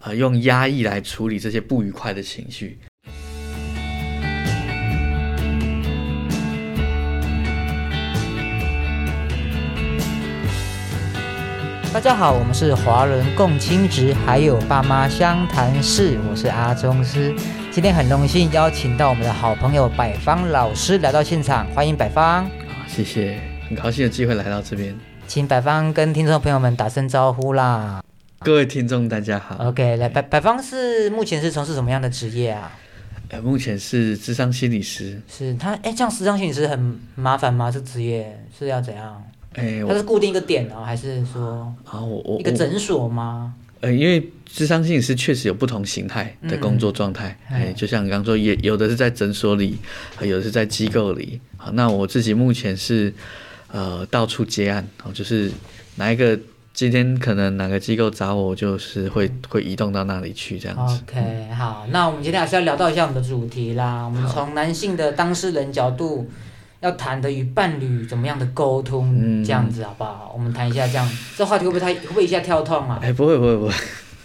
呃用压抑来处理这些不愉快的情绪。大家好，我们是华人共青值，还有爸妈湘潭市，我是阿宗师。今天很荣幸邀请到我们的好朋友百方老师来到现场，欢迎百方，啊，谢谢，很高兴有机会来到这边。请百方跟听众朋友们打声招呼啦。各位听众，大家好。 OK，来百百方是目前是从事什么样的职业啊？呃，目前是智商心理师。是他哎，这样时尚心理师很麻烦吗？这职业是要怎样？哎，它我是固定一个点哦，还是说啊，我我一个我诊所吗？呃，因为智商心理师确实有不同形态的工作状态，嗯哎、嗯就像你刚刚说，也有的是在诊所里，呃有的是在机构里。好，那我自己目前是呃到处接案，好，就是哪一个今天可能哪个机构找我，我就是会会移动到那里去这样哦子。嗯 OK，好，那我们今天还是要聊到一下我们的主题啦。我们从男性的当事人角度，要谈的与伴侣怎么样的沟通，嗯这样子好不好？我们谈一下这样，这话题会不会太会不会一下跳痛啊？哎、不会不会不会，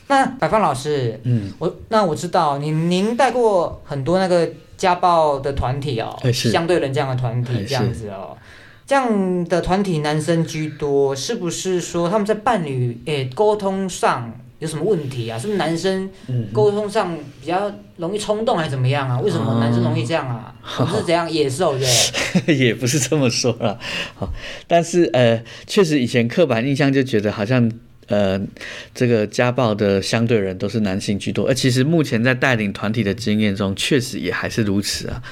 那百芳老师，嗯，我那我知道您您带过很多那个家暴的团体哦，哎是相对人这样的团哎体是这样子哦。这样的团体男生居多，是不是说他们在伴侣诶沟通上有什么问题啊？是不是男生嗯，沟通上比较容易冲动还是怎么样啊？为什么男生容易这样啊？我们是怎样野兽 对不对？也不是这么说啦，好，但是呃，确实以前刻板印象就觉得好像呃，这个家暴的相对人都是男性居多，而其实目前在带领团体的经验中，确实也还是如此啊，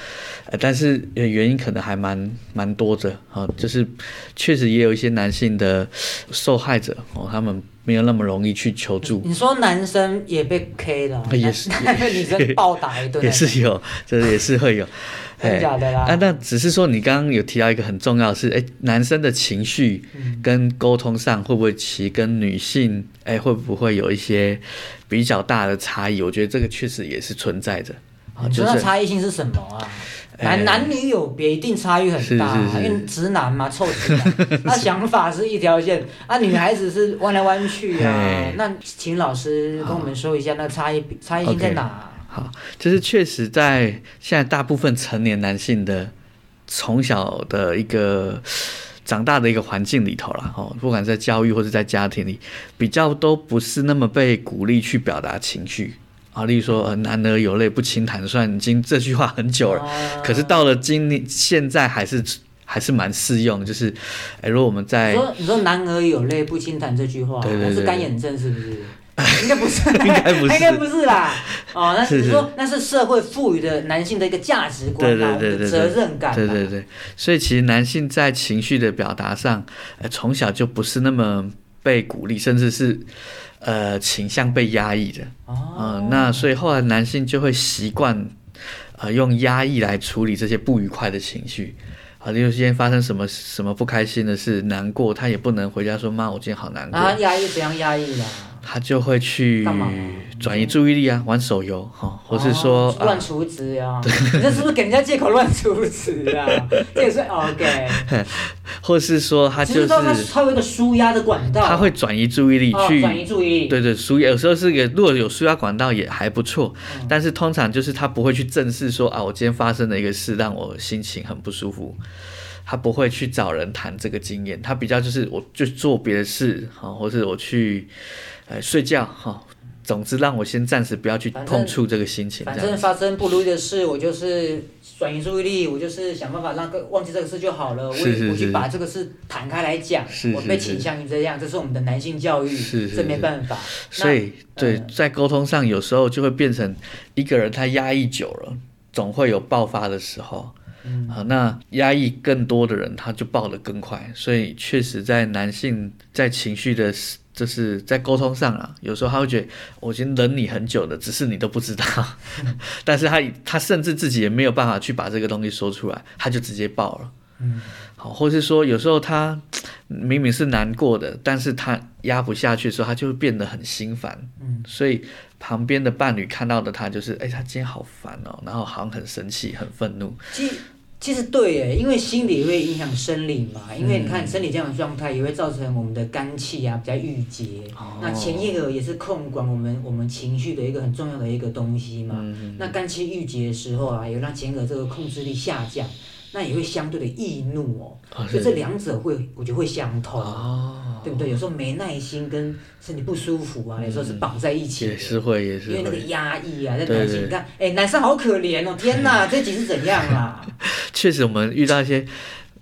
呃，但是呃原因可能还蛮蛮多的啊、哦就是确实也有一些男性的受害者哦，他们没有那么容易去求助。你说男生也被 K 了，哎也是男被 女生暴打一顿，啊也是有，就是也是会有， 真的哎假的啦？啊，那只是说你刚刚有提到一个很重要的是，哎，男生的情绪嗯跟沟通上会不会其实跟女性，哎，会不会有一些比较大的差异？我觉得这个确实也是存在着。啊，你就说那是哦差异性是什么啊？哎男男女有别，一定差异很大、啊，是是是因为直男嘛，臭直 男，他想法是一条线，啊，女孩子是弯来弯去啊哎。那请老师跟我们说一下，那差异差异性在 OK 哪、好，就是确实在现在大部分成年男性的从小的一个长大的一个环境里头啦，哦，不管在教育或是在家庭里，比较都不是那么被鼓励去表达情绪啊。例如说，呃，男儿有泪不轻弹，虽然已经这句话很久了，啊可是到了今年现在还是还是蛮适用。就是，哎，如果我们你在说你说“男儿有泪不轻弹”这句话，对对对那是干眼症是不是？应该不是， 应该不是应该不是啦。哦，那是你是说那是社会赋予的男性的一个价值观啊，对对对对对责任感啊，对对对，所以其实男性在情绪的表达上，呃，从小就不是那么被鼓励，甚至是呃倾向被压抑的。嗯、哦，那所以后来男性就会习惯，呃，用压抑来处理这些不愉快的情绪。啊，例如今天发生什么什么不开心的事，难过，他也不能回家说妈，我今天好难过。啊，压抑怎样压抑啦？他就会去干嘛转移注意力啊，玩手游哈、或是说、哦啊乱处置啊，你这是不是给人家借口乱处置啊？ 这也是 OK，或是说他其就实是都它它有一个舒压的管道，他会转移注意力哦去、转移注意力，对对，输有时候是个如果有输压管道也还不错，嗯但是通常就是他不会去正视说啊，我今天发生的一个事让我心情很不舒服，他不会去找人谈这个经验，他比较就是我就做别的事哈、或是我去呃睡觉哈、总之让我先暂时不要去反正碰触这个心情，反这样正发生不如意的事，我就是转移注意力，我就是想办法让个忘记这个事就好了。我是是我去是把这个事摊开来讲，是是我被是倾向于这样，这是我们的男性教育，是是这没是办法。所以那对呃，在沟通上有时候就会变成一个人他压抑久了，总会有爆发的时候。嗯、啊，那压抑更多的人，他就爆得更快，所以确实，在男性在情绪的，就是在沟通上啊，有时候他会觉得我已经忍你很久了，只是你都不 知道，但是他他甚至自己也没有办法去把这个东西说出来，他就直接爆了。嗯，好，或是说有时候他明明是难过的，但是他压不下去的时候，他就会变得很心烦。嗯，所以旁边的伴侣看到的他就是，哎、他今天好烦哦，然后好像很生气、很愤怒。其其实对耶，因为心理会影响生理嘛，嗯因为你看生理这样的状态也会造成我们的肝气啊比较郁结，哦那前叶额也是控管我们我们情绪的一个很重要的一个东西嘛。嗯那肝气郁结的时候啊，也让前额这个控制力下降，那也会相对的易怒哦，哦所以是这两者会我觉得会相通。哦，对不对？有时候没耐心跟身体不舒服嗯啊，有时候是绑在一起的也，是会，也是因为那个会，压抑啊，在对男性，对你看，哎，男生好可怜哦，天哪，这集是怎样啊啦？确实我们遇到一些。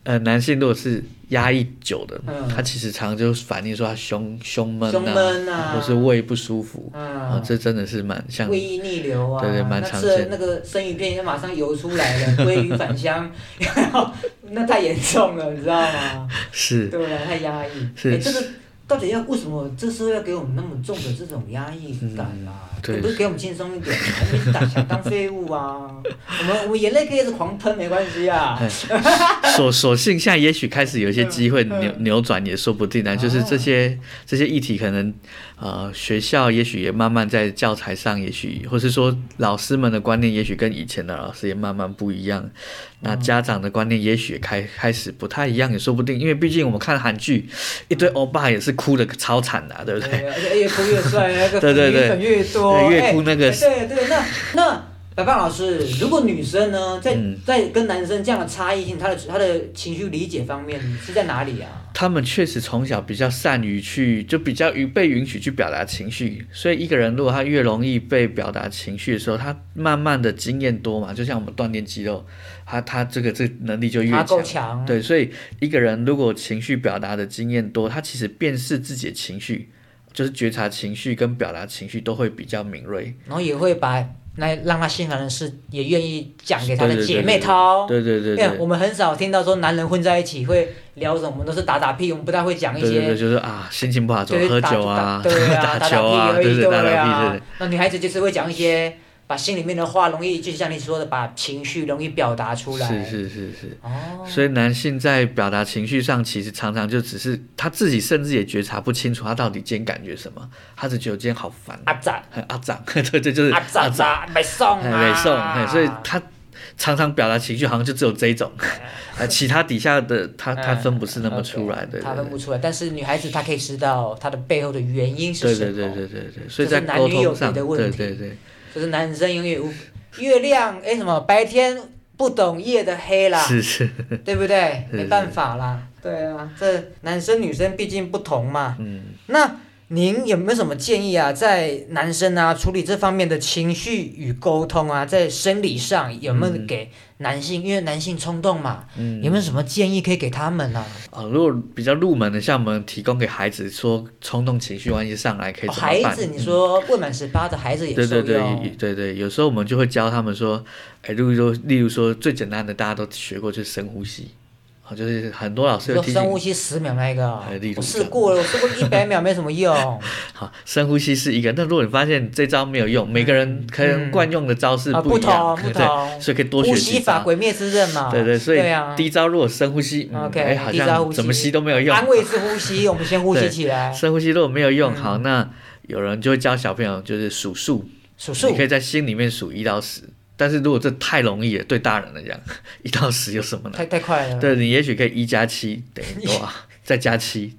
呃，男性如果是压抑久的，嗯他其实常常就反映说他胸胸闷胸闷啊啊或是胃不舒服啊，嗯，这真的是蛮像胃液逆流啊，对对蛮那常吃了见那个生鱼片就马上游出来了，鲑鱼返乡，然后那太严重了，你知道吗？是对啊，太压抑。是哎，这个到底要为什么这时候要给我们那么重的这种压抑感啊？嗯对不是给我们轻松一点吗？我们一直打想当废物啊！我们我们眼泪可以一直狂喷，没关系啊。哎 所所幸，现在也许开始有一些机会嗯哦嗯扭扭转也说不定啊。就是这些这些议题，可能呃学校也许也慢慢在教材上，也许或是说老师们的观念，也许跟以前的老师也慢慢不一样。嗯那家长的观念也许也开开始不太一样，也说不定。因为毕竟我们看韩剧，一堆欧巴也是哭的超惨的啊、对不对？对，而且越哭越帅，那 个对对对粉越多，对越哎哭那个对对，那那白胖老师，如果女生呢，在、嗯在跟男生这样的差异性，她的她的情绪理解方面是在哪里啊？他们确实从小比较善于去，就比较允被允许去表达情绪，所以一个人如果他越容易被表达情绪的时候，他慢慢的经验多嘛，就像我们锻炼肌肉，他他这个这个能力就越她够强。强，对，所以一个人如果情绪表达的经验多，他其实辨识自己的情绪，就是觉察情绪跟表达情绪都会比较敏锐。然后也会把那让她心烦的事也愿意讲给她对的对对姐妹掏。对对对哎对呀，我们很少听到说男人混在一起会聊什么，我们都是打打屁，我们不太会讲一对对些对，就是啊，心情不好，走就是喝打酒啊，打 对啊，打球啊，而对已，对打打屁，对对啊。那女孩子就是会讲一些把心里面的话容易，就像你说的，把情绪容易表达出来。是是是是。哦，所以男性在表达情绪上，其实常常就只是他自己甚至也觉察不清楚他到底今天感觉什么，他只觉得我今天好烦，阿展很阿长，对对，就是阿展长，啊，没送很啊，没送，嘿所以他常常表达情绪好像就只有这一种，啊，其他底下的他他分不是那么出来，对哎他分对不出来，但是女孩子她可以知道她的背后的原因是对什对么。对对对对，所以这在是男沟女有通别上，的对问对对，就是男生永远无月亮哎什么白天不懂夜的黑啦，是是， 对不对？是没办法啦，对啊，这男生女生毕竟不同嘛。嗯，那您有没有什么建议啊？在男生啊处理这方面的情绪与沟通啊，在生理上有没嗯有给男性？因为男性冲动嘛，有没有什么建议可以给他们啊？啊，如果比较入门的，像我们提供给孩子说冲动情绪万一上来可以哦怎么办？孩子，你说未满十八的孩子也对受对用，对有对对，有时候我们就会教他们说，哎，例如说，例如说最简单的，大家都学过，就是深呼吸，好，就是很多老师你有说提深醒呼，吸十秒那个啊哎例，如我试这样过了，我试过一百秒没什么用。好，深呼吸是一个。但如果你发现这招没有用，每个人可能惯用的招式嗯啊一样，不同不对，同所以可以多学呼几吸法，招。鬼灭之刃嘛。对对，所以啊第一招如果深呼吸，嗯， OK，哎，好第一招像呼吸怎么吸都没有用。安嗯慰式呼吸，我们先呼吸对起来，深呼吸如果没有用，好，那有人就会教小朋友就是数数，数数你可。以在心里面数一到十。但是如果这太容易了，对大人来讲， 一到十有什么难？太太快了，对你也许可以一加七等于多 少，再加七。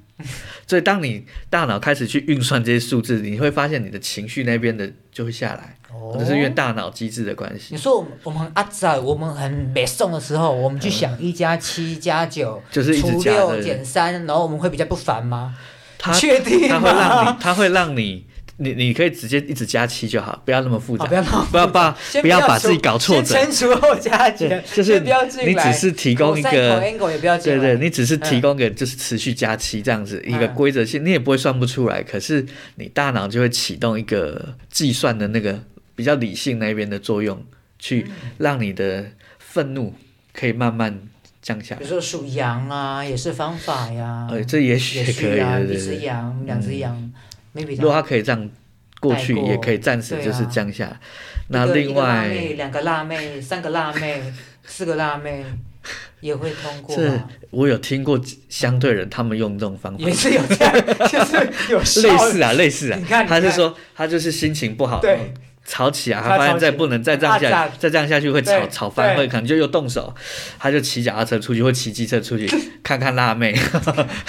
所以当你大脑开始去运算这些数字，你会发现你的情绪那边的就会下来，哦这是因为大脑机制的关系你。说我们我们很阿仔，我们很没送的时候，我们去想一加七加九，就是一直除加六对减三，然后我们会比较不烦吗？它确定它吗？会让你，它会让你，你你可以直接一直加七就好，不要那么复杂，哦不要那么不要把先不要把除自己搞挫折。先乘除后加减， 就是先不要进你来只是提供一 cosine 个 triangle 也不要进对来，对，你只是提供给就是持续加期这样子、一个嗯规则性，你也不会算不出来，可是你大脑就会启动一个计算的那个比较理性那边的作用，去嗯让你的愤怒可以慢慢降下比来如。说属羊啊，也是方法呀。呃，这也许也也可以，许啊，对一对只对。羊，两只羊，maybe 如果它可以这样过去，带过也可以暂时对啊就是降下来。一那个一另个辣外，妹，两个辣妹，三个辣妹，四个辣妹，也会通过这吗？我有听过相对人他们用这种方法 也，是有这样，就是有 类似啊，类似啊你看。你他是看说他就是心情不好，对然后吵起来，他他发吵现起再来不能再这样他下打去，再这样下去会吵对吵翻，对会可能就又动手，他就骑脚踏车出去，或骑机车 出去看看辣妹，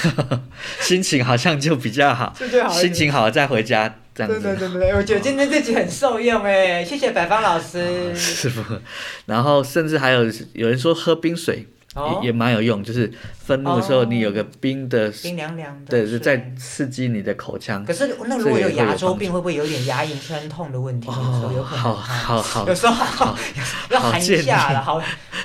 心情好像就比较好，这就好一心点。情好了再回家这样对对子。对对对，我觉得今天这集很受用哎，谢谢百芳老师。是不？然后甚至还有有人说喝冰水哦也也，蛮有用，就是愤怒的时候哦你有个冰的，冰凉凉的。对，是在水刺激你的口腔。可是那如果有牙周病，会不会有点牙龈酸痛的问题？有时哦候，有可能好啊。好好有，时候好， 要寒假了，好，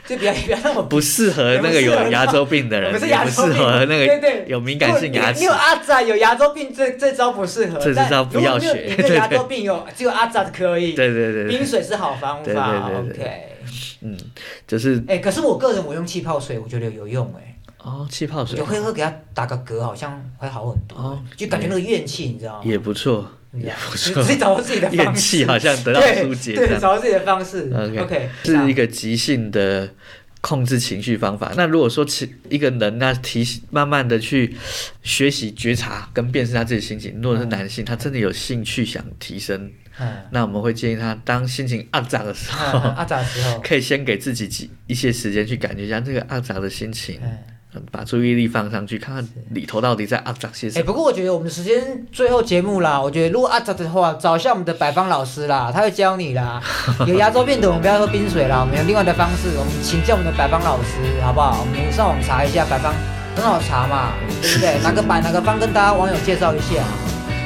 就不要不要让我。不适合那个有牙周病的人，我不是也牙不周病适合那对个对有敏感性牙你齿有。阿扎有牙周病，这这招不适合。这但招不要学 如果你有你对牙周病有，只有阿扎可以。对对对对，冰水是好方对法。对对 OK。嗯，就是哎，可是我个人我用气泡水，我觉得有用哎，哦，气泡我水就会喝给它打个嗝，好像会好很多，哦，就感觉那个怨气，你知道吗？也不 错，你知也道不你自错，己找到自己的怨方式气，好像得到疏解这对，对样。找到自己的方式。 OK OK，是一个急性的控制情绪方法。那如果说其一个人那提慢慢的去学习觉察跟辨识他自己心情，如果是男性，他真的有兴趣想提升，嗯，那我们会建议他当心情暗涨的 时嗯候，阿扎的时候，可以先给自己几一些时间去感觉一下这个暗涨的心情，嗯。把注意力放上去，看看里头到底在暗涨些哎、什么。不过我觉得我们时间最后节目啦，我觉得如果阿找的话，找一下我们的百方老师啦，他会教你 啦。有牙周病的，我们不要喝冰水啦，我们有另外的方式，我们请教我们的百方老师，好不好？我们上网查一下百方，很好查嘛，对 不对？哪个百哪个方，跟大家网友介绍一下，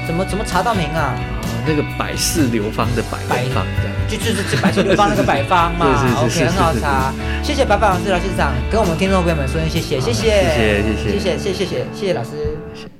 怎么怎么查到名啊？那个百世流芳的百百跟芳这样。就就是这百十六方那个百方嘛 是是是，OK，是是很好查。谢谢百方老师来现场，跟我们听众朋友们说声谢谢，谢谢谢谢谢谢谢谢，谢谢，谢谢老师。